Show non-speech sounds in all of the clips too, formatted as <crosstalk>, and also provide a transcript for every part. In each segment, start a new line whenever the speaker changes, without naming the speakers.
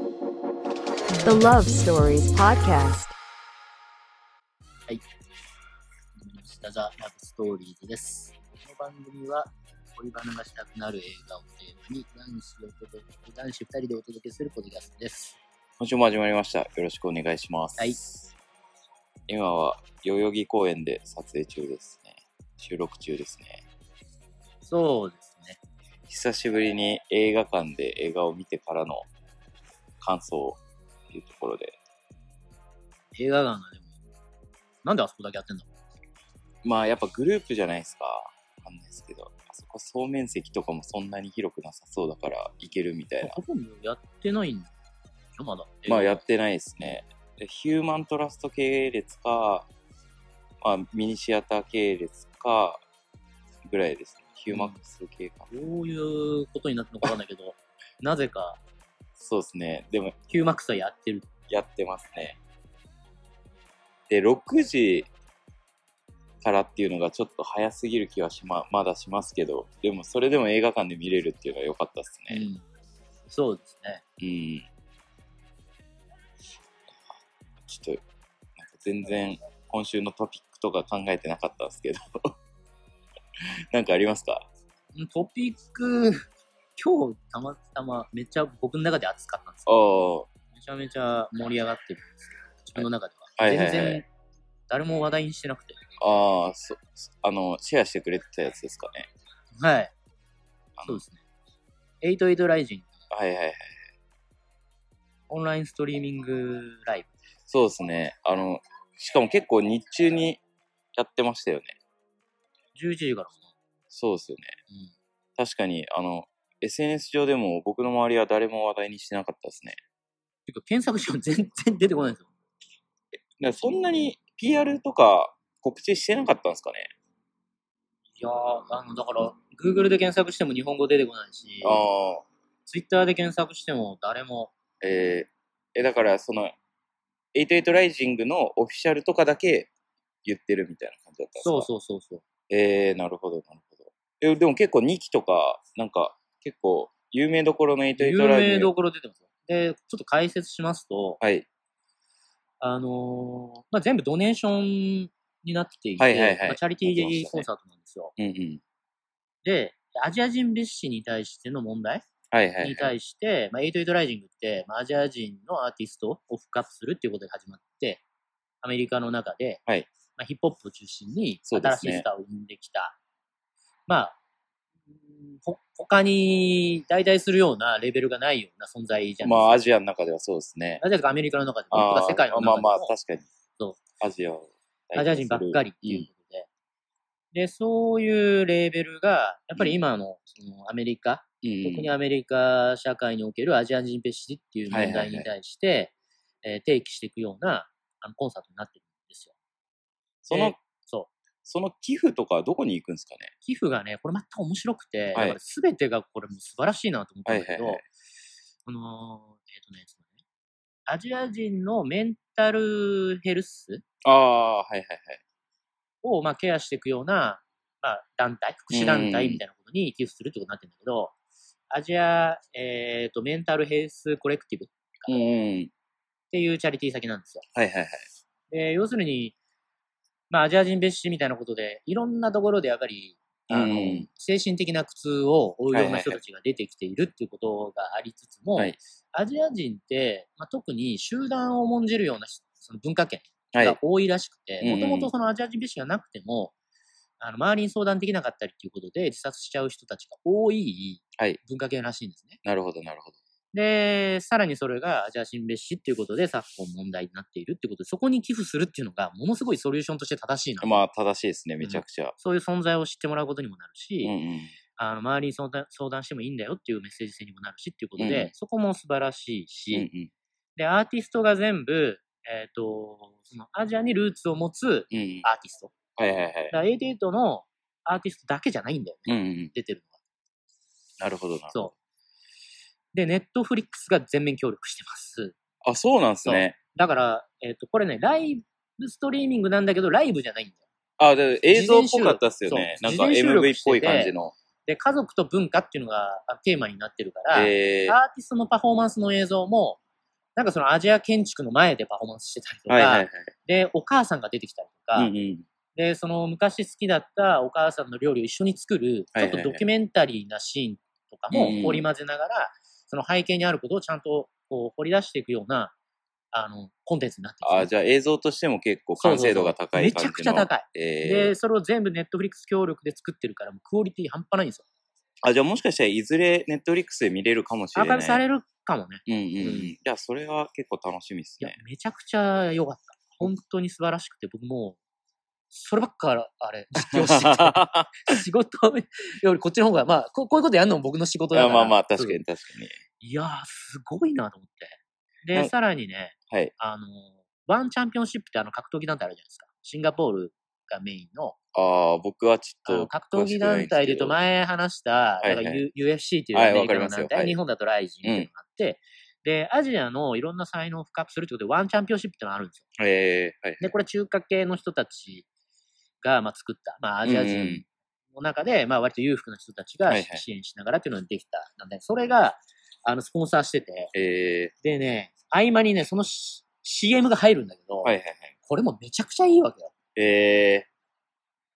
The Love Stories Podcast.
はい。下ザ・ラブストーリーズです。この番組は、恋バナがしたくなる映画をテーマに、男子を届け男子2人でお届けするポッドキャストです。
今週も始まりました。よろしくお願いします。
はい。
今は代々木公園で撮影中ですね。収録中ですね。
そうですね。
久しぶりに映画館で映画を見てからの感想というところで。
映画館がでも、なんであそこだけやってんだろ。
まあやっぱグループじゃないですか。わかんないですけど。あそこ総面積とかもそんなに広くなさそうだから行けるみたいうな。
ほとんどやってないんだよ、まだ。
まあやってないですね。でヒューマントラスト系列か、まあミニシアター系列かぐらいですね。ヒューマックス系か。
どういうことになってるのかわかんないけ <laughs> ど、なぜか、
そうですね。でも
ヒューマックスはやってる。
やってますね。で、6時からっていうのがちょっと早すぎる気はしままだしますけど、でもそれでも映画館で見れるっていうのは良かったです
う
ね。
ん。そうですね。
うん。ちょっと、なんか全然今週のトピックとか考えてなかったんですけど、 <laughs> なんかありますか
うんトピック、今日たまたまめっちゃ僕の中で熱かったんですよ
ああ、は
めちゃめちゃ盛り上がってるんですよ。自分の中では。
いはいは
全
い
然。誰も話題にしてなくて。
ああ、そ、あの、シェアしてくれてたやつですかね。
はい。
あ
そう
の
ですね。88ライジング、
はいはいはい。
オンラインストリーミングライ
そうですね。あの、しかも結構日中にやってましたよね。
ブ。11時からか
そうですよね。
な。うん。
確かに、あの、SNS 上でも僕の周りは誰も話題にしてなかったですね。
てか検索しても全然出てこないんですよ。
だからそんなに PR とか告知してなかったんですかね。
いやー、あの、だから、Google で検索しても日本語出てこないし、
ああ。
Twitter で検索しても誰も、
えーえ、だからその、88ライジングのオフィシャルとかだけ言ってるみたいな感じだったんですか
そうそうそうそう。
えー、なるほど、なるほど。え、でも結構2期とか、なんか結構有名どころの
有
88ライジ
名
ング。
どころ出てますよ。で、ちょっと解説しますと、
はい。
あのーまあ、全部ドネーションになっていて、
はいはいはい
まあ、チャリティーコンサートなんですよ。
うんうん。
で、アジア人蔑視に対しての問題
はいはい、はい。
に対して、まあ、88ライジングって、まあ、アジア人のアーティストをフックアップするっていうことで始まって、アメリカの中で、
はい
まあ、ヒップホップを中心に
そうで
新し
すね
いスターを生んできた、まあ、うんほ他に代替するようなレベルがないような存在じゃな
ま
い
あ、
で
アジアの中ではそうですね
す。か。アジアとかアメリカの中でも、
あ
と
ー
か世界の中で
まあ
も、
まあ、確かに。
そう
アジアを
ア
代
ジア
表
人
する
ばっかりっていうことで。で、そういうレーベルが、やっぱり今のそのアメリカ、
うんうん
特にアメリカ社会におけるアジア人蔑視っていう問題に対して、えー提起していくようなあのコンサートになってるんですよ。
その、
でそう。
その寄付とかはどこに行くんですかね
寄付がね、これまた面白くて、
は
だ
い
から全てがこれもう素晴らしいなと思ったんだけど、
はいはいはい
あのーえっ、とね、そのね、アジア人のメンタルヘルス、
ああ、はいはい
を、まあ、ケアしていくような、まあ、団体、福祉団体みたいなことに寄付するってことになってるんだけど、アジア、えっ、と、メンタルヘルスコレクティブっ
はい。うんうん。
ていうチャリティー先なんですよ。
はいはいはい。
で、要するに、まあ、アジア人蔑視みたいなことで、いろんなところでやっぱり、あの
うん
精神的な苦痛を負うよう
はいはいは
ない人たちが出てきているっていうことがありつつも、
はい
アジア人って、まあ、特に集団を重んじるようなしその文化圏
はい。
が多いらしくて、
うん
も
うん
ともとそのアジア人蔑視がなくても、あの周りに相談できなかったりということで自殺しちゃう人たちが多い
はい
文化圏らしいんですね。
なるほど、なるほど。
で、さらにそれがアジア人蔑視っていうことで昨今問題になっているっていうことで、そこに寄付するっていうのがものすごいソリューションとして正しいなと。
まあ、正しいですね、めちゃくちゃ。
そういう存在を知ってもらうことにもなる
う
し、
んうん。
あの周りに相談相談してもいいんだよっていうメッセージ性にもなるしっていうことで、
うん
そこも素晴らしいし、
うんうん。
で、アーティストが全部、えっ、と、そのアジアにルーツを持つ
うんう
ア
ん。
ーティスト。
はいはいは
だ
い。
から88のアーティストだけじゃないんだよ
う
ね、
んうん。
出てるの
なるほどな
は。。そう。で、ネットフリックスが全面協力してます。
あ、そうなんですね。
だから、えっ、と、これね、ライブストリーミングなんだけど、ライブじゃないんだよ。
あ、で映像っぽかったっすよね。
そ
な
うん
か
事前収録
MV っぽい
してて
感じの。
で、家族と文化っていうのがあテーマになってるから、
えー、
アーティストのパフォーマンスの映像も、なんかそのアジア建築の前でパフォーマンスしてたりとか、
はいはいはい。
で、お母さんが出てきたりとか、
うんうん。
で、その昔好きだったお母さんの料理を一緒に作る、
はいはい
ちょ
は
っ
い
とドキュメンタリーなシーンとか
う
も
んうん
織り交ぜながら、その背景にあることをちゃんとこう掘り出していくような、あの、コンテンツになって
あ
ま
ー
す。
じゃあ映像としても結構完成度が高い感じ
めちゃ
の。
くちゃ高い。
え
で、
ー、
それを全部ネットフリックス協力で作ってるから、もうクオリティ半端ないんですよ。
あ、じゃあもしかしたらいずれネットリックスで見れるかもし
ア
れ
ーカ
な
イ
い。
ブされるかもね。
うんうんう。
うん
じゃあそれは結構楽しみです
いや
ね。、
めちゃくちゃ良かった。本当に素晴らしくて、僕もう、そればっか、あれ、実況してた。
<laughs>
仕事よりこっちの方が、まあ、ここういうことやるのも僕の仕事
い
だか
や
ら。
まあまあ確か
うん
に確かに。
いやー、すごいなと思って。
な
で、
ん
さらにね、
はい
あの、ワンチャンピオンシップってあの格闘技団体あるじゃないですか。シンガポールがメインの
ああ、僕はち
あ
ょっ
の
と。
格闘技団体で言うと
詳し
前話した、
いはい
だから U- UFC っていう
はい
アメ
わ
リ
か
カ
り
の
ますよ
団体、
はい
日本だとライジンっていうのがあって、で、アジアのいろんな才能を深くするってことでワンチャンピオンシップってのがあるんですよ。
くないえー、はい。
で、これ中華系の人たちが、まあ、作った、まあ、アジア
うんう
人
ん
の中で、まあ、割と裕福な人たちが
はいはい
支援しながらっていうのができた。なんで、それが、あの、スポンサーしてて、
え
でね、合間にね、そのし CM が入るんだけど、
ー、はいはいはい。
これもめちゃくちゃいいわけよ。
え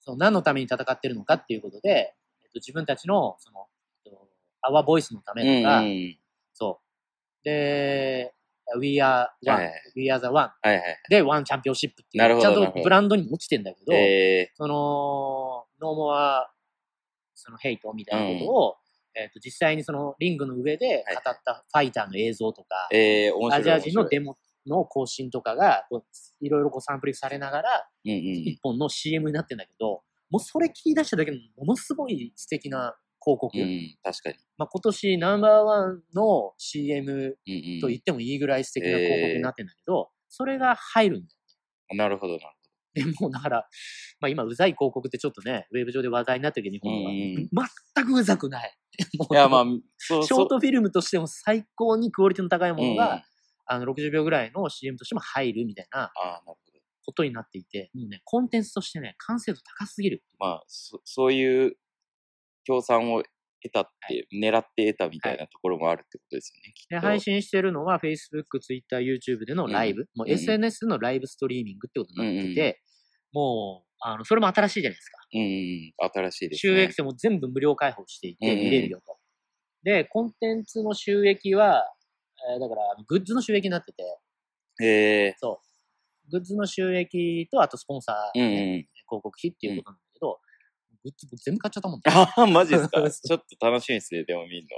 その何のために戦ってるのかっていうことで、えっと、自分たちの、その、えっとアワーボイスのた
ー、
めとか、
うんうん。
そう。で、We are
はい
one,
はい
We are the one
はいはい。
で One Championship ってい
なる
う、
ほ
ち
ど
ゃ
なる
ん
ほ
と
ど
ブランドにも落ちてんだけど、
え
その、ノーモア、そのヘイトみたいなことを、えっ、と、実際にそのリングの上で語ったファイターの映像とか、
ー、えー、面白い。
アジア人の
面白
デモの更新とかが、こういろいろこうサンプリングされながら、
いうんうん
一本の CM になってんだけど、もうそれ切り出しただけでものすごい素敵な広告。
うん、確か
まあ、今年ナンバーワンの CM
に。うんうん、
と言ってもいいぐらい素敵な広告になってんだけど、それが入るんだよ
なるほどなる
でもうだから、まあ、今、うざい広告ってちょっとね、ウェブ上で話題になってるけど、日
ほど。
本では。
い
全くうざくない。 <laughs> もう
やまあ、そう
シ
そ
ョ
う
ー。トフィルムとしても最高にクオリティの高いものが、
うんうん
あの60秒ぐらいの CM としても入るみたいな
ああ、なるほど。
ことになっていて、もうね、コンテンツとしてね、完成度高すぎる。
まあ、そそういう協賛を得たって、狙って得たみたいなところもあるってことですよね、きっ
で、
と。
配信してるのは Facebook、Twitter、YouTube でのライブ、もう
うんうん
SNS でのライブストリーミングってことになって
うん
て、もう、あのそれも新しいじゃないですか。
うんうんうん、新しいです
収
ね。
益性も全部無料開放していて
うんうん
見れるよと。で、コンテンツの収益は、えーだからグッズの収益になってて、
え
そう。グッズの収益と、あとスポンサー
ー、うん
ね、
うん。
広告費っていうことなんだけど、グッズ僕全部買っちゃったもんね。
ああ、マジで
<laughs>
すか。ちょっと楽しみですね、でも見るの。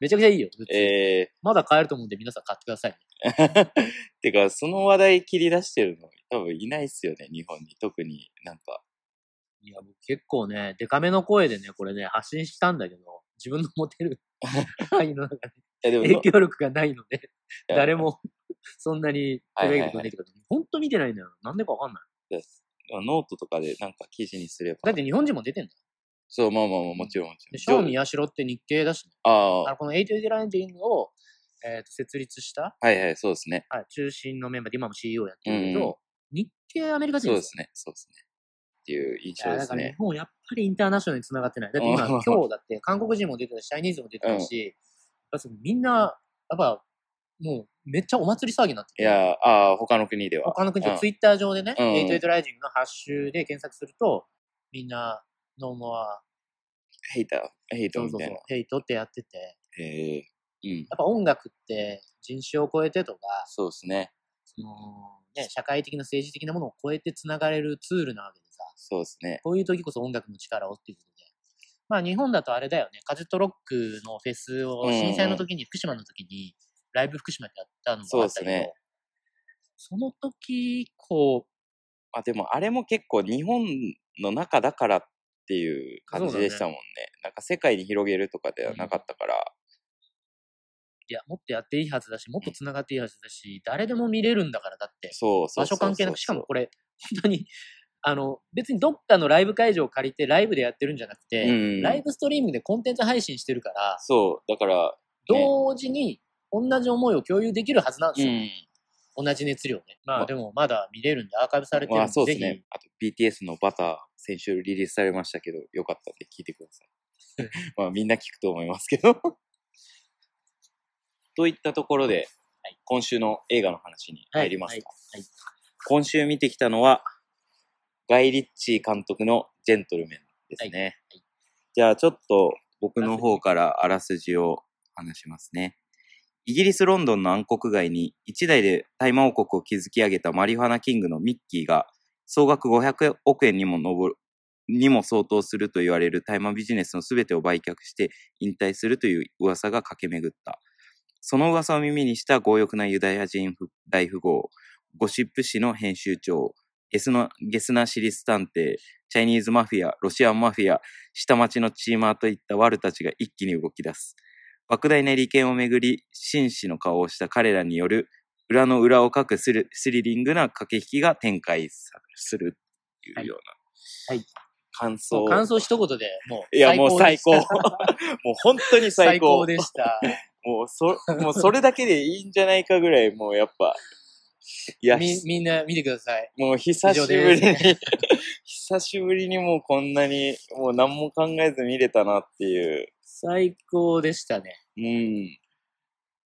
めちゃくちゃいいよ、グッズ。
え
まだ買えると思うんで皆さん買ってくださいね。
ー、 <laughs> てか、その話題切り出してるの、多分いないっすよね、日本に。特になんか。
いや、僕結構ね、デカめの声でね、これね、発信したんだけど、自分の持て
<laughs>
る範囲の中で
いや、でも
影響力がないので、
いや
誰もそんなに取り上げてくれないってこと、本当見てないんだよ。なんでかわかんない。
でもノートとかでなんか記事にすれば。
だって日本人も出てんだよ。
そう、まあまあまあ、もちろんもち
で、
ろ
正
ん。
味
上
八代って日系だしね、
あ
あ
あ、
のこの88ランディングを、えーと設立した
はいはい、そうですね。
はい、中心のメンバーで今も CEO やってるけ
うんうん
ど、日系アメリカ人
そう
で
ですすね、そうですね。っていう印
よ。い
象
や
で
だ
す
から日
ね。
本やっぱりインターナショナルにつながってない。だって今、
うん
今日だって韓国人も出てたし、チャイニーズも出てたし、やっぱそのみんな、やっぱもうめっちゃお祭り騒ぎになって
い
て、
や、ああ、他の国では。
他の国
うん
のツイッター上でね、
うん
エイトエイトライジングのハッシュで検索すると、みんな、ノーモア、
ヘイター、ヘイト
そう
み
そう
た
そ
いうな。、
ヘイトってやってて、
へえ。うん。
やっぱ音楽って人種を超えてとか、
そうですね。
そのね、社会的な政治的なものを超えてつながれるツールなわけでさ、
そうですね。
こういう時こそ音楽の力をっていうことで。まあ日本だとあれだよね、カジュットロックのフェス
うん
を
うん
震災の時に、福島の時に、ライブ福島でやったの
そう
もあ
で
っ
す
たけど、
ね
その時以降、
まあでも、あれも結構日本の中だからっていう感じでしたもんね。なんか世界に広げるとかではなかったから。
いや、もっとやっていいはずだし、もっとつながっていいはずだし、誰でも見れるんだからだって、
そうそうそ
場
うそう
所関係なく、しかもこれ、本当に、あの、別にどっかのライブ会場を借りてライブでやってるんじゃなく
うん
て、
うん
ライブストリームでコンテンツ配信してるから、
そう、だから、
同時に同じ思いを共有できるはずなんですよ。同じ熱量ね。ま
まあ
あでもまだ見れるんで、アーカイブされてる
ま
ん
あ
で、
そう
ぜ
です
ひ、
ね。あと BTS のバター、先週リリースされましたけど、よかったんで聞いてください。
<laughs>
まあみんな聞くと思いますけど。といったところで、
はい
今週の映画の話に入りますか。
はいはい
今週見てきたのは、ガイ・リッチー監督のジェントルメンですね。
はい
じゃあちょっと僕の方からあらすじを話しますね。イギリス・ロンドンの暗黒街に一代で大麻王国を築き上げたマリファナキングのミッキーが総額500億円にも上る、にも相当すると言われる大麻ビジネスの全てを売却して引退するという噂が駆け巡った。その噂を耳にした強欲なユダヤ人大富豪、ゴシップ誌の編集長、ゲスのゲスな私立探偵、チャイニーズマフィア、ロシアンマフィア、下町のチーマーといったワルたちが一気に動き出す。莫大な利権をめぐり、紳士の顔をした彼らによる裏の裏をかくスリスリリングな駆け引きが展開さするっていうような、
はいはい
感
も
想。
う感想一言で、もう。
いや、もう最高。
<laughs> で
もう
し
本当に
た。最
最高。
高でした。
もうそ、 <laughs> もうそれだけでいいんじゃないかぐらい、もうやっぱ、いや、
み、みんな見てください。
もう久しぶ
以
り
上
に、 <laughs> 久しぶりにもうこんなに、もう何も考えず見れたなっていう。
最高でしたね。
うん。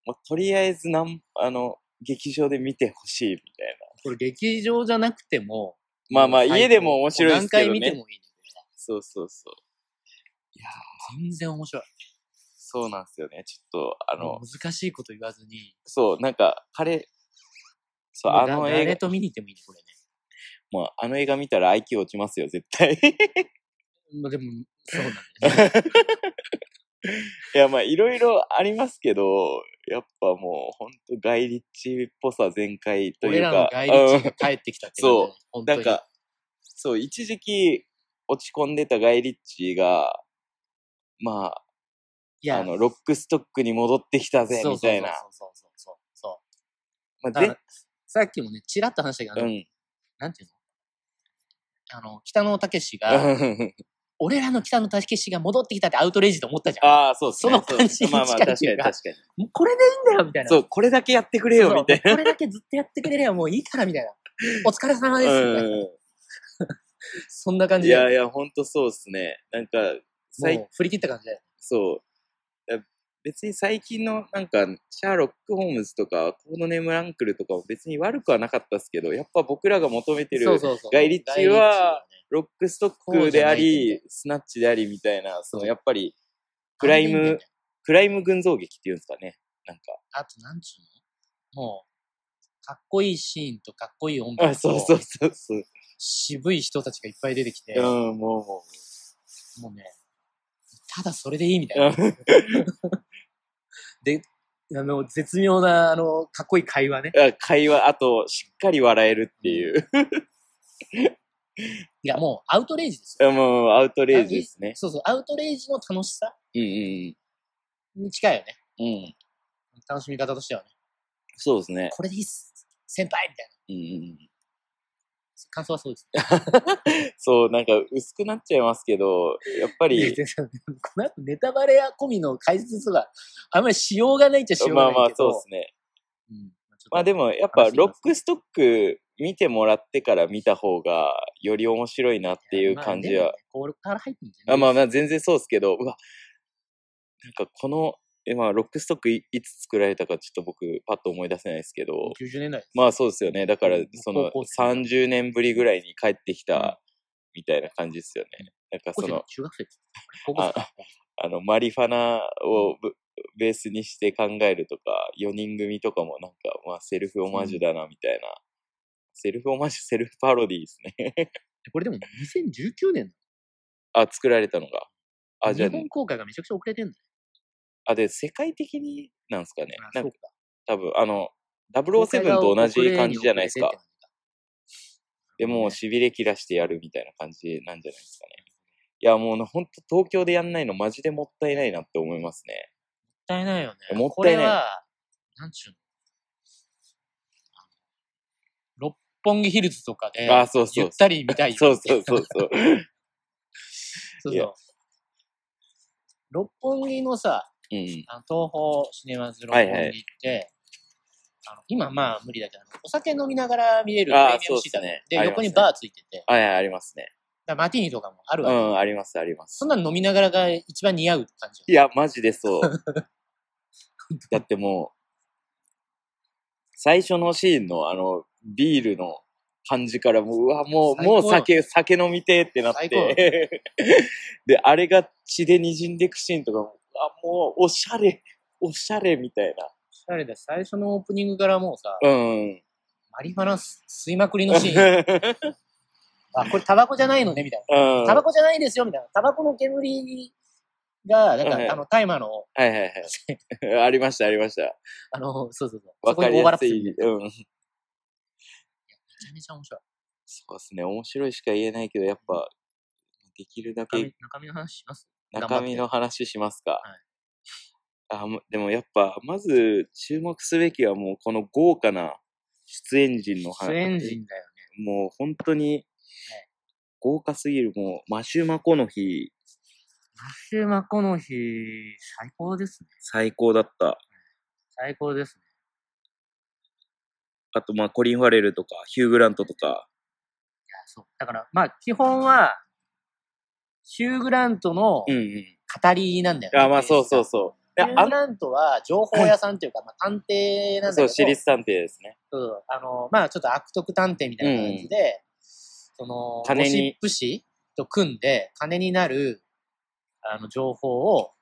もうとりあえずなん、あの、劇場で見てほしいみたい
これ劇場じゃなくても。
な。まあまあ、
最高
家でも面白いですけど
もう何回見て
ね。
もいい。
そうそうそう。いやー
全然面白い。
そうなんですよね。ちょっと、あの、
難しいこと言わずに。
そう、なんか、彼、そう、
もう
あ
だ
の映
誰
画、
と見に行ってもいいね、これね。
もうあの映画見たら IQ 落ちますよ、絶対。
まあでも、そうなんだよね。
いや、まあ、いろいろありますけど、やっぱもう、ほんと、ガイリッチーっぽさ全開とい
俺
う
らの、
か
外立
うん
が帰ってきたって感じだね。本当
な
に
んか、そう、一時期、落ち込んでたガイリッチーが、ま
い
あ、
や
あの、ロックストックに戻ってきたぜ、みたいな。
そうそうそうそうそうそう
まあ
だからさっきもね、ちらっと話したけど、あ
う
の
ん。
なんていうのあの、北野武が、俺らの北野武が戻ってきたってアウトレイジと思ったじゃん。
<laughs> ああ、そうっす
そ
ね
の感じに近い
まあまあ、確か
ってい
に
うか
確かに。
もうこれでいいんだよみたいな。
そう、これだけやってくれ
そう
よ、
そう
みたいな。
これだけずっとやってくれればもういいからみたいな。お疲れ様です、みたいな
うん
そんな感
い
じで。
やいや、ほんとそうっすね。なんか、最
もう振り切った感じで。
そう。いや別に最近のなんか、シャーロック・ホームズとか、コードネーム・ランクルとかも別に悪くはなかったですけど、やっぱ僕らが求めてる
そうそうそう。
ガイリッチーは
ね
ロックストックであ
そうじゃない
り
け、
スナッチでありみたいな、そのやっぱり、ク
完
ラ
全
イ
にね
ム、クライム群像劇っていうんですかね。なんか、
あと、なんちゅうのもう、かっこいいシーンとかっこいい音
あ
楽
そうそう
と、
そうそう。
渋い人たちがいっぱい出てきて、
うん、もうも。
もうね、ただそれでいいみたいう
う
な。
ん
で、あの、絶妙な、あの、かっこいい会話ね。
あ会話、あと、しっかり笑えるっていう。
いや、もう、アウトレイジですよ。
もう、アウトレイジですね。
そうそう、アウトレイジの楽しさ
うんうん
に近いよね。
うん。うん。
楽しみ方としてはね。
そうですね。
これでいいっす。先輩みたいな。
うんうんうん。
感想はそうです。
そう、なんか薄くなっちゃいますけど、やっぱ
いや
り、
全然 <laughs> この後ネタバレや込みの解説とか、あんまりしようがないっちゃしよう
ま
が
あ
ないけど。
まあそうですね。
うんまあちょっと
まあでもやっぱロックストック見てもらってから見た方がより面白いなっていう感じは。。
まあでもねこれから入ってんじゃな
あ
い
まあまあ全然そうですけど、うわ、なんかこの、えまあロックストックいいつ作られたかちょっと僕パッと思い出せないですけど、
90年代。
まあそうですよね。だからその
高校生
30年ぶりぐらいに帰ってきたみたいな感じですよね。なんか
高校
そ
生
の
か、中学生か高校生か
<laughs> あの、マリファナをぶベースにして考えるとか、4人組とかもなんか、まあ、セルフオマージュだな、みたいな。セルフオマージュ、セ <laughs> ルフパロディーですね。 <laughs>
これでも2019年
あ、作られたのが。あ、じゃ
日
あ、
本公開がめちゃくちゃ遅れてんだよ。
あ、で、世界的になんですかね。
あ
な
そ
ん
う
か多分、あの、007と同じ感じじゃないですか。。でもう、しびれ切らしてやるみたいな感じなんじゃないですかね。いや、もうな、ほんと東京でやんないの、マジでもったいないなって思いますね。
もったいないよね。
もったいない
これは、なんちゅうのあの六本木ヒルズとかで、
あ、そうそ
ゆっ
う。
たり見たいよ。
<laughs> そうそうそうそ
そ
う。
う
い
そ
や
う。六本木のさ、
うん。
あの東宝シネマズ六
は
本
い
木
はい
行って、あの今まあ無理だけど、あのお酒飲みながら見れるプ
あー
レミアムシート
そうっすね
で、
ありま
横
すね
にバーついてて、
はいはい、ありますね。
らマティーニとかもある
う
わけ、
ん、あります、あります。
そんなの飲みながらが一番似合うって感じ
いや、マジ
<laughs>
でそう。だってもう、最初のシーンのあの、ビールの感じからもう、うわ、もう、
最高
もう酒、酒飲みてえってなって。 <laughs> で、あれが血で滲んでくシーンとかも、あ、もう、おしゃれ、おしゃれみたい
おしゃれだ最初のオープニングからもうさ、
な。うん。
マリファナ吸吸いまくりのシーン
<laughs>
あこれタバコじゃないのねみたい
うん。
なタバコじゃないですよみたいなタバコの煙がなんか、
はい
あの大麻の
はいはいはい。 <laughs> ありました、ありました。
あのそうそうそう
わか
そこ
り
にオーバーラ
や
ップ
す
する
い。うん。
めちゃめちゃ面白い
そうですね。面白いしか言えないけど、やっぱ、できるだ
中
け
身中身の話します頑張って
中身の話しますか。
はい
あもでもやっぱ、まず注目すべきはもうこの豪華な出演陣の
出演陣だよ
もう本当に豪華すぎる、もうマシュマコの日
マシュマコの日最高ですね
最高だった。
最高ですね
あとまあコリン・ファレルとかヒュー・グラントとか。
いやそうだからまあ基本はヒュー・グラントの
んうん。
語りなんだよね、
あまあそうそうそう。
ヒ
いや
ュー・
あ
グラントは情報屋さんというか、
<laughs>
まあ、探偵なんだけ
そ
ど
う、私立探偵ですね。
うんあの、まあ、ちょっと悪徳探偵みたいな感じで、その、
金に
ゴシップ誌と組んで、金になる、あの、情報を、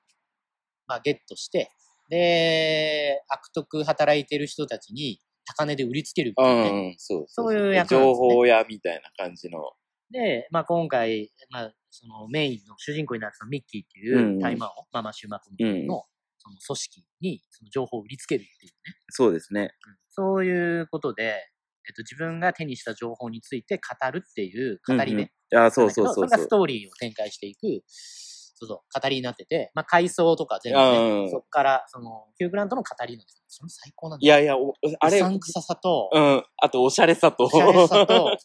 まあ、ゲットして、で、悪徳働いてる人たちに高値で売りつけるって
う
いうね、
ん、うん、そう
そういう役なんですね
情報屋みたいな感じの。
で、まあ、今回、まあ、その、メインの主人公になるそのミッキーってい
うんうん
う大麻を、まあ、マシューマコ
うん
の、その組織に、その情報を売りつけるっていう
そうですね。
そういうことで、えっと、自分が手にした情報について語るっていう語り
うん
ね。
うんあそうそうそう
なんだけどそれが
そう
ス。トーリーを展開していく、そうそう、語りになってて、まあ、回想とか全
うん
部
う
ね、
ん
そこから、その、ヒューグラントの語りの、それ最高なんだ
い
よ。
やいや、おあれ、
うさんくささと、
うん。あと、おしゃれさと。
おしゃれさと、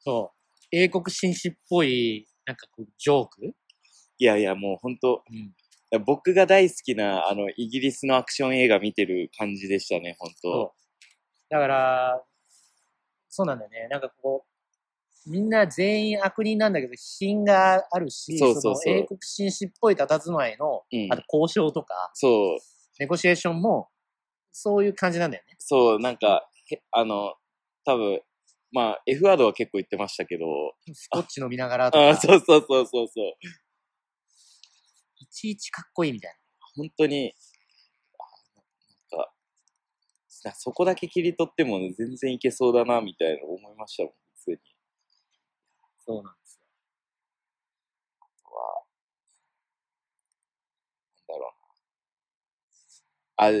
そう、英国紳士っぽい、なんかこう、ジョーク
<laughs> いやいや、もう本当
うん。
僕が大好きな、あの、イギリスのアクション映画見てる感じでしたね、本当
そう。だから、そうなんだよね。なんかこう、みんな全員悪人なんだけど、品があるし、
そうそうそう
の英国紳士っぽい佇まいの、
うん
あと交渉とか、
そう、
ネゴシエーションも、そういう感じなんだよね。
そう、なんか、へあの、多分まあ、F ワードは結構言ってましたけど、
スコッチ飲みながらと
あ
か、
そうそうそうそうそう。
いちいちかっこいいみたい
本当に、あなんか、なそこだけ切り取っても全然いけそうだな、みたいな思いましたもん、普通に。
な。そうなんですよ。
なんだろ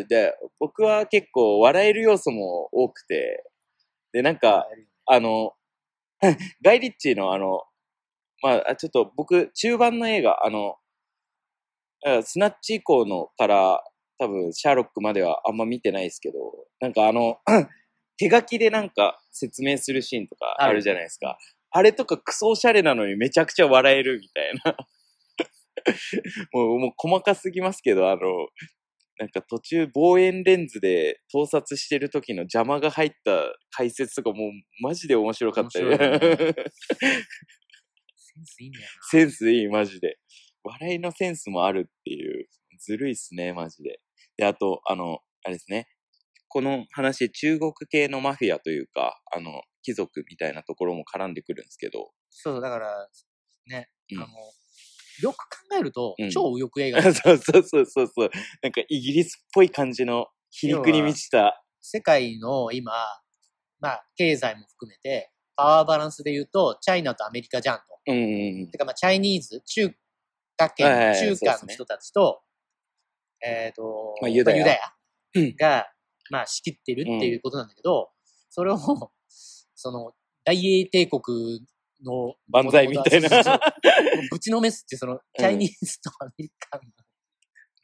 うな。あ、で、僕は結構笑える要素も多くて、で、なんか、あの、 <laughs> ガイ・リッチーのあの、まああ、ちょっと僕、中盤の映画、あの、あスナッチ以降のから、多分、シャーロックまではあんま見てないですけど、なんかあの、 <clears throat> 手書きでなんか説明するシーンとかあるじゃないですか。あれとかクソおしゃれなのにめちゃくちゃ笑えるみたいな。 <laughs> もう、もう細かすぎますけど、あの、なんか途中望遠レンズで盗撮してる時の邪魔が入った解説とかもうマジで面白かったよ
面白いねセンスいいんだよ
センスいい、マジで。笑いのセンスもあるっていう。ずるいっすね、マジで。で、あと、あの、あれですね。この話、中国系のマフィアというか、あの、貴族みたいなところも絡んでくるんですけど。
な。そう、だから、ね、
うん
あの、よく考えると、
うん
超右翼映画。
<laughs> そうそうそうそうそう。なんかイギリスっぽい感じの皮肉に満ちた。
世界の今、まあ、経済も含めて、パワーバランスで言うと、チャイナとアメリカじゃんと。
うんうん
てか、まあ、チャイニーズ、中華圏、
はいはいは
中
い
華の人たちと、えっ、と、
まあユダヤ
まあが、まあ、仕切ってるっていうことなんだけど、それを、 <laughs> その、大英帝国の、
万歳みたいな
そう <laughs> そうそうぶちのめすって、その、チャイニーズとアメリカンの、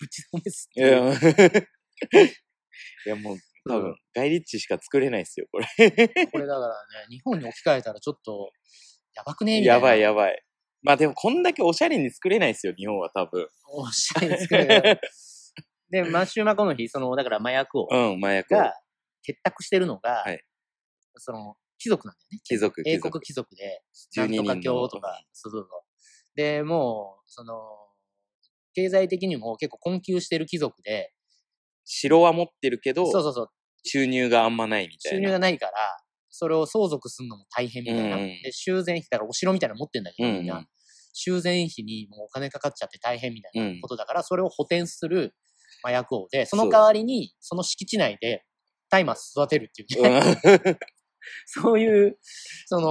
ぶちのめすって
うん。い
いう
や、いやもう、多分、ガイリッチしか作れないっすよ、これ。
これだからね、日本に置き換えたらちょっと、やばくねみたいな。
やばいやばい。まあでも、こんだけおしゃれに作れないっすよ、日本は多分。
おしゃれに作る。で、マシューマコの日、その、だから麻薬を、
うん、麻薬を。
が、結託してるのが、
はい
その、貴族なんだよね。
貴族、
英
貴
国
族。
貴族で、な
12
んとか教とか、そうそうそう。で、もう、その、経済的にも結構困窮してる貴族で、
城は持ってるけど、
そうそうそう、
収入があんまないみた
収
い
入
な。
がないから、それを相続するのも大変みたいな。
うんうん
で、修繕費、だからお城みたいなの持ってんだけど、みん
うんう
な。修繕費にもうお金かかっちゃって大変みたい <laughs>
うん
なことだから、それを補填する、まあ、役をで、そ
そ
の
う
代わりに、その敷地内で、大麻育てるっていうね、
うん
<laughs> そういう、その、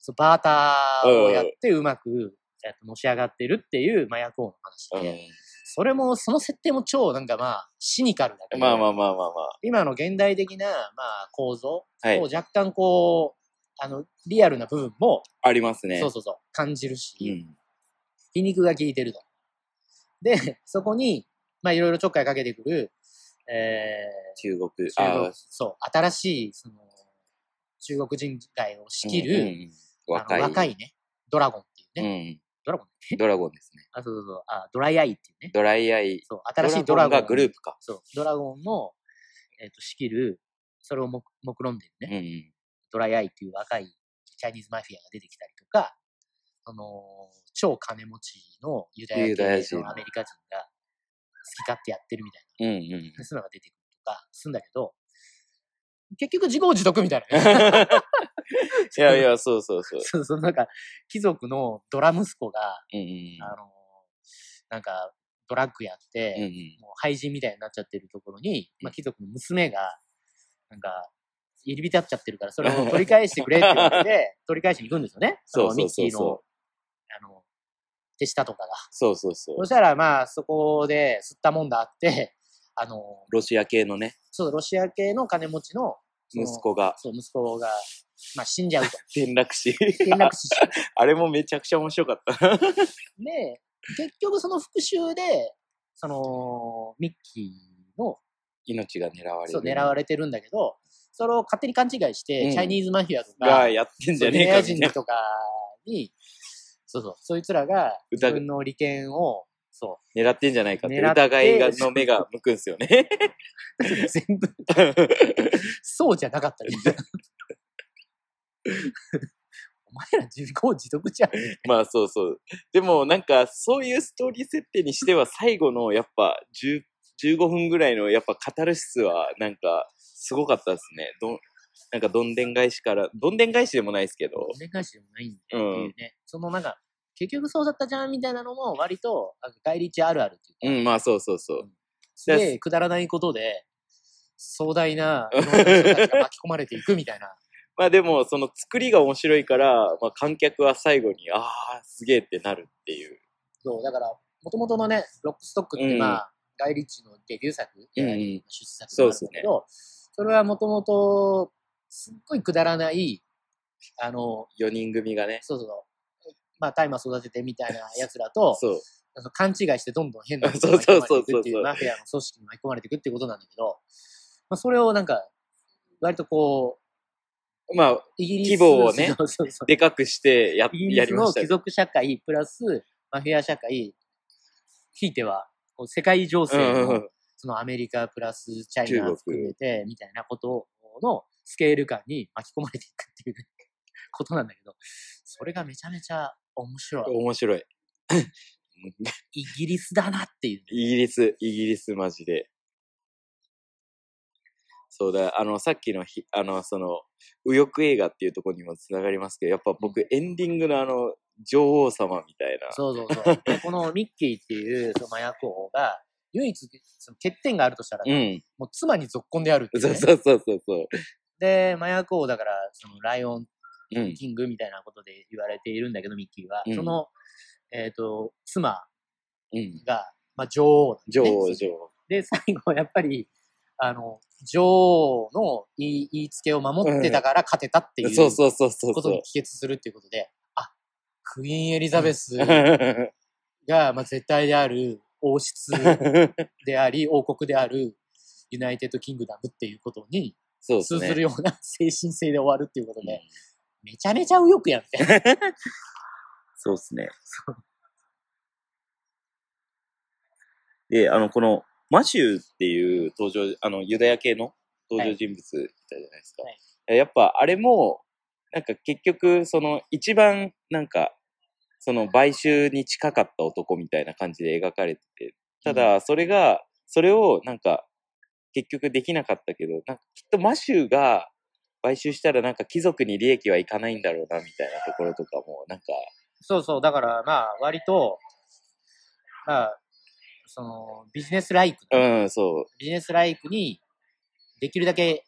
そうバーターをやってうまく、えっとのし上がってるっていう、まあ、役王の話で、それも、その設定も超なんかまあ、シニカルだけ
うん
ど、
まあまあまあまあまあ。
今の現代的な、まあ、構造
は
を
い。
若干こう、あの、リアルな部分も、
ありますね。
そうそうそう、感じるし、
うん
皮肉が効いてると。で、 <laughs> そこに、まあ、いろいろちょっかいかけてくる、え
中国。
ー、中
あ
国、そう、新しい、その、中国人会を仕
ー
切る、
うんうん若
あ
い。
の若いね、ドラゴンっていうね、ドラゴン
うん。ドラゴンですね。
あ、そうそうそう、あ、ドライアイっていうね、
ドライアイ。
そう、新しいドラゴン。
がグループか。
そう、ドラゴンの、えっ、と、仕切る、それをもく目論んでるね、
うんうん。
ドライアイっていう若いチャイニーズマフィアが出てきたりとか、その、超金持ちのユダ
ユダヤ
ヤ系
人
のアメリカ人が好き勝手やってるみたい
うん
<laughs>
うん
な、そういうのが出てくるとか、すんだけど、結局自業自得みたい
<laughs>
なね。
いやいや、そうそうそう。
そうそう、なんか、貴族のドラ息子が、
うんうん
あの、なんか、ドラッグやって、
うんうん
もう廃人みたいになっちゃってるところに、まあ、貴族の娘が、なんか、入り浸っちゃってるから、それを取り返してくれって言われ
<laughs>
て、取り返しに行くんですよね。
そう
の
そうそうそう
ミッキーの、あの、手下とかが。
そうそうそう
そ。したら、まあ、そこで、吸ったもんだあって、 <laughs> あの、
ロシア系のね、
そう、ロシア系の金持ちの、その
息子が
そう、息子が、まあ、死んじゃう
<laughs>
と。
転落し。
転落死しちゃう。
あれもめちゃくちゃ面白かった。
で、結局その復讐で、その、ミッキーの
命が狙われる。
そう狙われてるんだけど、それを勝手に勘違いして、
うん
チャイニーズマフィアとか、
がやってんじ
そう
ゃ
ユダ
ねえか
ヤ
みたいな
人とかに、そうそう、そいつらが自
疑
分の利権を、そ
狙ってんじゃないかって
狙って
疑いがの目が向くんですよ <laughs> ね。
う、全部、そうじゃなか
<laughs>
ったり。お前ら自業自得じゃん。
まあそうそう。でもなんかそういうストーリー設定にしては最後のやっぱ10 15分ぐらいのやっぱカタルシスはなんかすごかったですね。どんなんかどんでん返しから、どんでん返しでもないですけど
お。願いしてもないんだ
う。
っていうんね。そのなんか、結局そうだったじゃんみたいなのも割と、あの外立あるあるっていうか、
うん、まあそうそうそう。
すげえくだらないことで、壮大
<laughs>
ないろんな人たちが巻き込まれていくみたいな。
まあでもその作りが面白いから、まあ観客は最後に、ああ、すげえってなるっていう。
そう、だから、もともとのね、ロックストックって、
うん
まあ、ガイリッチのデビュー作、
うんうん
ガイリッチの出作なんだけど、それはもともと、すっごいくだらない、あの、
4人組がね。
そうそうそう、まあ、大麻育ててみたいな奴らと、
そう。
その勘違いしてどんどん変な
<laughs> そうそうそう
ことに巻き込まれていくっていう、マフ
そうそう
ィアの組織に巻き込まれていくってことなんだけど、まあ、それをなんか、割とこう、
まあ、
イギリス
規模をね
<laughs> そうそうそう
でかくしてや
イギリ
や
ス
りま
の
した
貴
ね。
族社会プラスマフィア社会、ひいてはこう世界情勢
うんうん
の
うん
そのアメリカプラスチャイナ
中国
含めてみたいなことのスケール感に巻き込まれていくっていう <laughs> ねことなんだけど、それがめちゃめちゃ面白い。
面白い。 <laughs>
イギリスだなっていう。
イギリス、イギリスマジで。そうだ、あの、さっきのひ、あの、その、右翼映画っていうところにもつながりますけど、やっぱ僕、エンディングのあの、女王様みたいな。
そうそうそう。でこのミッキーっていうその麻薬王が、唯一その欠点があるとしたら、
うん。
もう妻に続婚であるっていう
そ
ね、
うそうそうそうそう。
で、麻薬王だから、そのライオン
うん。
キングみたいなことで言われているんだけど、ミッキーは。
うん
その、えっ、と、妻
うん。
が、まあ、女王、
女王、女王。
で、最後、やっぱり、あの、女王の言い言いつけを守ってたから勝てたっていう
そう
こ
そうそうそ
<laughs>
う
と
そ
に
う。
帰結するっていうことで、あ、クイーンエリザベス
<laughs>
が、まあ、絶対である王室であり、 <laughs> 王国であるユナイテッドキングダムっていうことに
そうです
通
ね。
ずるような精神性で終わるっていうこと
う
で
ん、
めちゃめちゃ右翼やんって。
そうですね。で、あの、この、マシューっていう登場、あの、ユダヤ系の登場人物いたじゃないですか。
はい
ややっぱあれも、なんか結局、その一番なんか、その買収に近かった男みたいな感じで描かれてて、ただそれが、それをなんか結局できなかったけど、なんかきっとマシューが買収したらなんか貴族に利益はいかないんだろうなみたいなところとかも、なんか、
そうそう、だからまあ、割と、まあ、その、ビジネスライクな、
うん、そう、
ビジネスライクに、できるだけ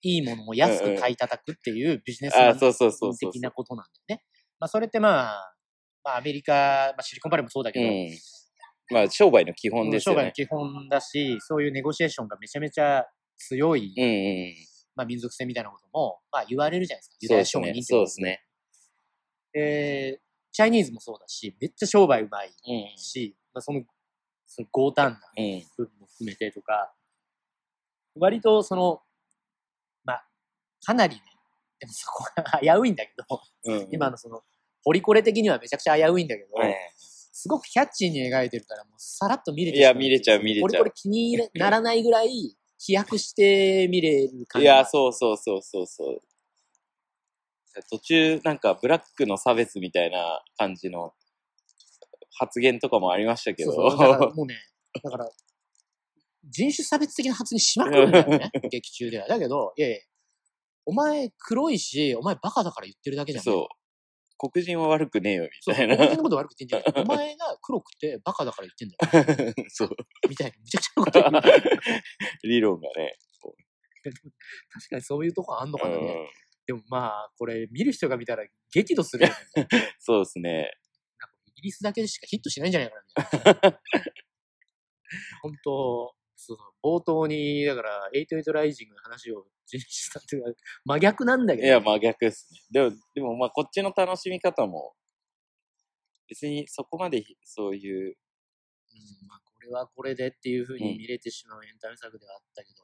いいものを安く買い叩くっていうビジネス
あそうそうそうそう
的なことなんだよね。まあ、それってまあ、まあ、アメリカ、まあ、シリコンバレーもそうだけど、
うん、まあ商売の基本です
商
よ
売の
ね。
基本だし、そういうネゴシエーションがめちゃめちゃ強い、
うんうん、
まあ、民族性みたいなことも、まあ、言われるじゃないですか。ユ
そ
ダ
う
ヤ
です
商人って
ね。そうですね。
でチャイニーズもそうだし、めっちゃ商売うまいし、まあ、その、その強胆な
うん、うん、
部分も含めてとか、割とその、まあ、かなりね、でもそこが危ういんだけど、
うん、
今のその、ポリコレ的にはめちゃくちゃ危ういんだけど、
はい、
すごくキャッチーに描いてるから、もうさらっと見れて
いや
まう
見れちゃう見れちゃ
ポ
う
リコレ気に入れならないぐらい、飛躍して見れる感
い
じが。
や、そうそうそうそうそう。途中、なんか、ブラックの差別みたいな感じの発言とかもありましたけど。
そうそうだからもうね、だから、人種差別的な発言しまくるんだよ
<laughs>
ね、劇中では。だけど、いやいや、お前黒いし、お前バカだから言ってるだけじゃん。
<laughs> そう黒人は悪くねえよ、
そ
み
う、お
たい
前
な。
のこと悪く言ってんじゃ
<laughs>
ない。お前が黒くてバカだから言ってんだよ。 <laughs>
そう。
みたいな、むちゃくちゃなこと
<laughs>
言う。確
理論がね。
かにそういうとこあんのか
う
な、
ん、
でもまあ、これ見る人が見たら激怒するよね。なんか
そうですね。
イギリスだけでしかヒットしないんじゃないかなみたい
<laughs>
な。本当そうそう冒頭に、だから、88ライジングの話を人種さんっていうか真逆なんだけ
い
ど。
や、真逆ですね。でも、でもまあ、こっちの楽しみ方も、別にそこまでひそう
う
いう、
んまあ、これはこれでっていうふうに見れてしまうエンタメ作ではあったけど、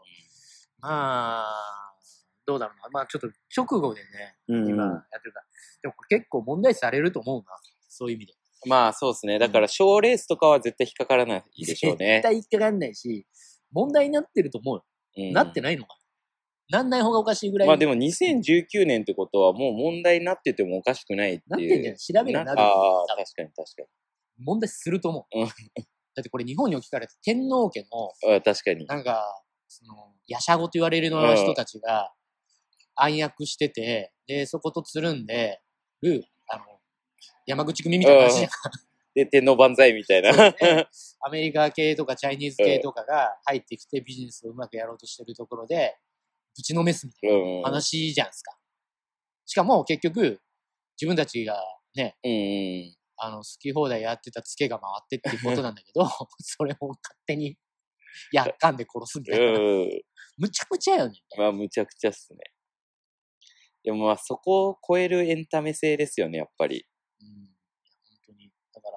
まあ、どうだろうな。まあ、ちょっと直後でね、
うん
今やってるから。でもこれ結構問題視されると思うな。そういう意味で。
まあそうですね。だから賞レースとかは絶対引っかからないでしょうね
絶。対引っかかんないし、問題になってると思うよ。
うん
なってないのかな。なんない方がおかしいぐらい。
まあでも2019年ってことはもう問題になっててもおかしくないっていう。
なってんじゃない調べりゃなるよ
あ
多
あ、
分
確かに確
問題すると思う。
うん
だってこれ日本に置き換えて天皇家の、
かに。あ確かに。
なんか、その、やしゃごと言われるような人たちが暗躍してて、で、そことつるんでる、あの、山口組みたいな話じゃん。
で、天皇万歳みたいな。
そうだねアメリカ系とかチャイニーズ系とかが入ってきてビジネスをうまくやろうとしてるところで、ぶちのめすみたい
<laughs> うん。
な話じゃんすか。しかも結局、自分たちがね、
うんうん。
あの、好き放題やってたツケが回ってっていうことなんだけ
<laughs>
ど、 <laughs> それを勝手に、やっかんで殺すみたいな。
うん。
むちゃくちゃよね。
まあむちゃくちゃっすね。でもまあそこを超えるエンタメ性ですよね、やっぱり。
うん。本当に。だから、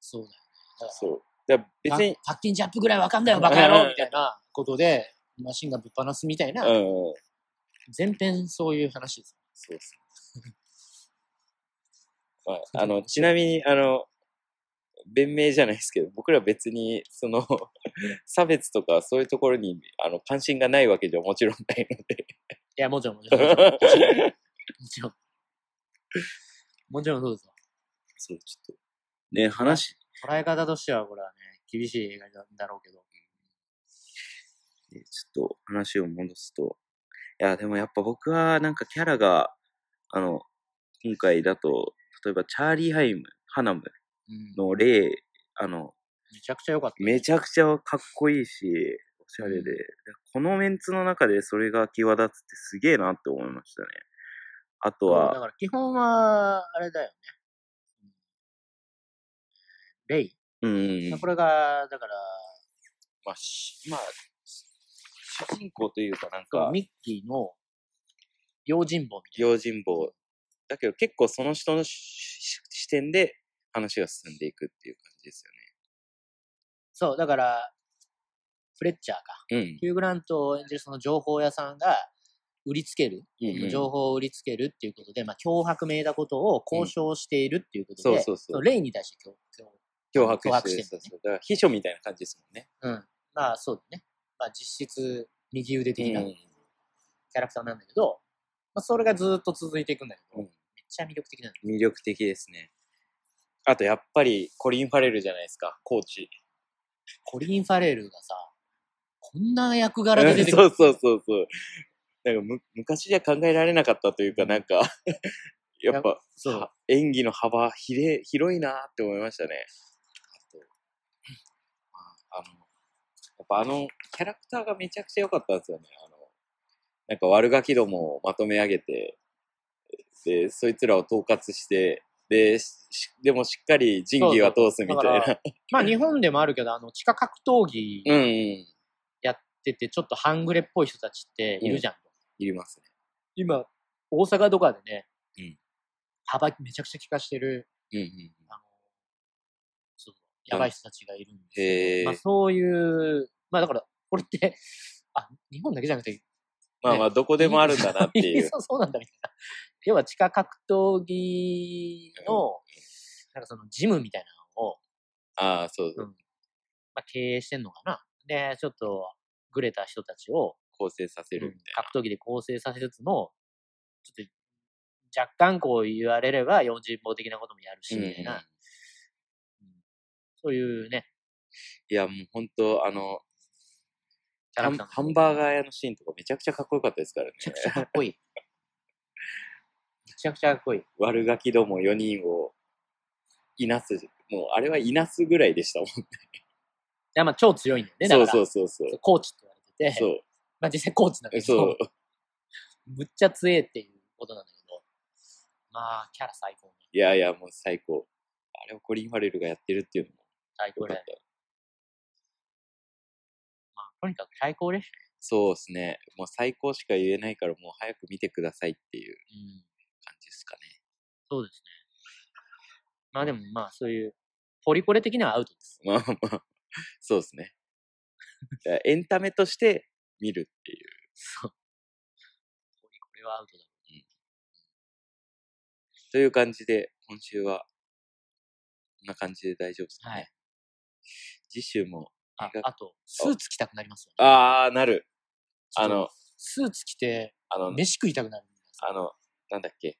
そうだよね。だから
そう。だから別に、
パパッキンジャップぐらいわかんだよ、バカ野郎みたいなことで、マシンがぶっ放すみたいな、
うんうん。
全編そういう話です。
そうですね。まあ、あ <laughs> の、ちなみに、あの、弁明じゃないですけど、僕ら別に、その、 <laughs> 差別とかそういうところに、あの、関心がないわけじゃもちろんないので。
いや、もちろん、もちろん。もちろん。もちろん <laughs> もちろんそうですよ。
そう、ちょっと。ね、話、
捉え方としては、これはね、厳しい映画なんだろうけど。
ちょっと話を戻すと。いや、でもやっぱ僕は、なんかキャラが、あの、今回だと、例えば、チャーリー・ハイム、ハナム
うん、
の例、あの、
めちゃくちゃ良かった。
めちゃくちゃかっこいいし、おしゃれで、このメンツの中でそれが際立つってすげえなって思いましたね。あと
だ
は、
から基本は、あれだよね。レイ。
うんうんうん、
これが、だから、
まあ、しまあ、主人公というかなん
この
か、
ミッキーの用心棒みたい
用心棒。だけど結構その人のしし視点で話が進んでいくっていう感じです
な。そう、だから、フレッチャーか。
よね。
ヒュー・グラントを演じるその情報屋さんが売りつける、
うん。うんうん
情報を売りつけるっていうことで、まあ、脅迫めいたことを交渉しているっていうことで、
うんそうそうそう
の例に対して脅迫。
脅迫
脅迫
して
して
る
ん
そ
だ
う
ね
そうだから秘書みたいな感じですもんね。
うん。まあ、そうだね。まあ、実質、右腕的な
うん
キャラクターなんだけど、まあ、それがずっと続いていくんだけど、
うん
めっちゃ魅力的なんだよ
魅力的ですね。
あとやっぱりコリン・ファレルじゃないですか、コーチ。
コリン・ファレルがさ、こんな役柄で出てく
<laughs> そ
る。
うそうそうそう。なんかむ昔じゃ考えられなかったというか、なんか、 <laughs> やっぱ
そう
は演技の幅ひれ広いなって思いましたね。あと、まあ、あの、やっぱあのキャラクターがめちゃくちゃ良かったんですよね。あの、なんか悪ガキどもをまとめ上げて、で、そいつらを統括して、で、しでもしっかり仁義は通すみたい
そうそうだか
な。
まあ日本でもあるけど、あの、地下格闘技
うん、うん、い
やってて、ちょっと半グレっぽい人たちっているじゃん。
ります
今、大阪とかでね、
うん
幅めちゃくちゃ効かしてる、
ね。うん、うん。
そうやばい人たちがいるんですけど、
へー
まあそういう、まあだから、これって、あ、日本だけじゃなくて、
まあまあ、どこでもあるんだなっていう。
<laughs> そうそうなんだみたいな。要は地下格闘技の、なんかそのジムみたいなのを、
ああ、そうそう
うんまあ、経営してんのかな。で、ちょっと、グレた人たちを、
構成させる
う
み
ん
たい
格闘技で構成させつつも、ちょっと、若干こう言われれば、用心棒的なこともやるし、
な。
みたい
うん
な、そういうね、
いや、もう本当あの、
キャ
ハ
ラ
ン
クター
ハンバーガ
ー。
ー屋のシーンとかめちゃくちゃかっこよかったですからね
め。ちゃくちゃかっこいい。めちゃくちゃかっこいい。
悪ガキども4人をいなす、もうあれはいなすぐらいでしたもん
でまあ、超強いんだよね、だか
そう
ら。
そうそうそう。
コーチって言われてて、
そう
まあ実際コーチなんだ <laughs>
え。
け
そ
ど
う、。
むっちゃ強えっていうことなんだけど、まあ、キャラ最高ね。
いやいや、もう最高。あれをコリン・ファレルがやってるっていうのも
最
よ
高だ
かっ
よ
た
ね。。まあ、とにかく最高です。
そうですね。もう最高しか言えないから、もう早く見てくださいっていう
うん。
感じですかね。
そうですね。まあでもまあそういう、ポリコレ的にはアウトです。
まあまあ、そうですね。だからエンタメとして見るっていう。
ポリコレはアウトだ。
という感じで、今週は、こんな感じで大丈夫ですかね。
はい
次週も、
あ
映画
あと、スーツ着たくなりますよね。
あー、なる。あの、
スーツ着て、
あの、
飯食いたくなる。
あの、なんだっけ、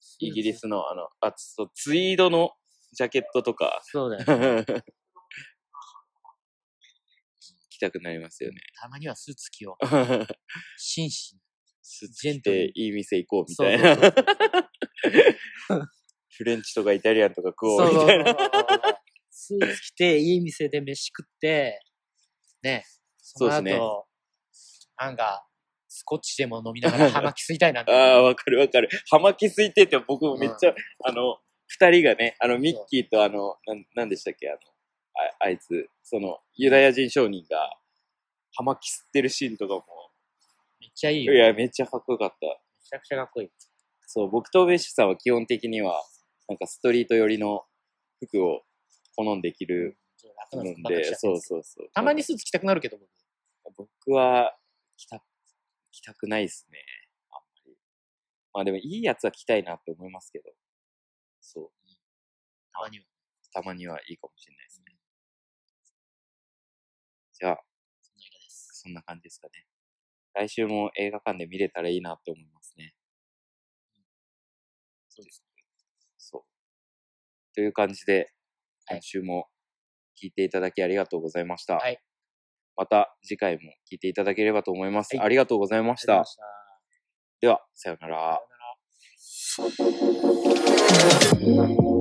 スーツ
イギリ。スの、あの、あ、そう、ツイードのジャケットとか、 <laughs>
そうだよね。
着たくなりますよね。
たまにはスーツ着よう。
<laughs>
紳士。
スーツ
ジェ
着
ントル
て
に
いい店行こうみ
そう
た
そう
い
そう
な
そう。
フレンチとかイタリアンとか食お
そうう
み
そう
た
そ
い
う
な。
そうそうスーツ着て、いい店で飯食って、ね、そ
そう
の
で
後、
すね
なんか、スコッチでも飲みながら葉巻吸いたいなみたいな。
<laughs> ああ、わかるわかる。葉巻すいてて、僕もめっちゃ、
うん
あの、二人がね、あの、ミッキーとあの、なん、なんでしたっけ、あの、ああいつ、その、ユダヤ人商人が、葉巻吸ってるシーンとかも、
めっちゃいい
い
よ。め
や、めっちゃかっこよかった。
ちゃくちゃかっこいい。
そう、僕とベッシュさんは基本的には、なんかストリート寄りの服を好んで着る
ちょっと楽な
の
服ばっかり
で
しちゃ、って
そうそうそう。
たまにスーツ着たくなるけども、
僕は着た、着たくないですね。あんまり。まあでもいいやつは着たいなって思いますけど。そう。
たまには。
たまにはいいかもしれないですね。じゃあ、
そんな映画です。
そんな感じですかね。来週も映画館で見れたらいいなって思いますね。
そうです。
そう。という感じで、
はい
今週も聞いていただきありがとうございました。
はい
また次回も聞いていただければと思います。
はい
ありがとうございまし
あり
た
がとうございま。した。
では、さようなら。
The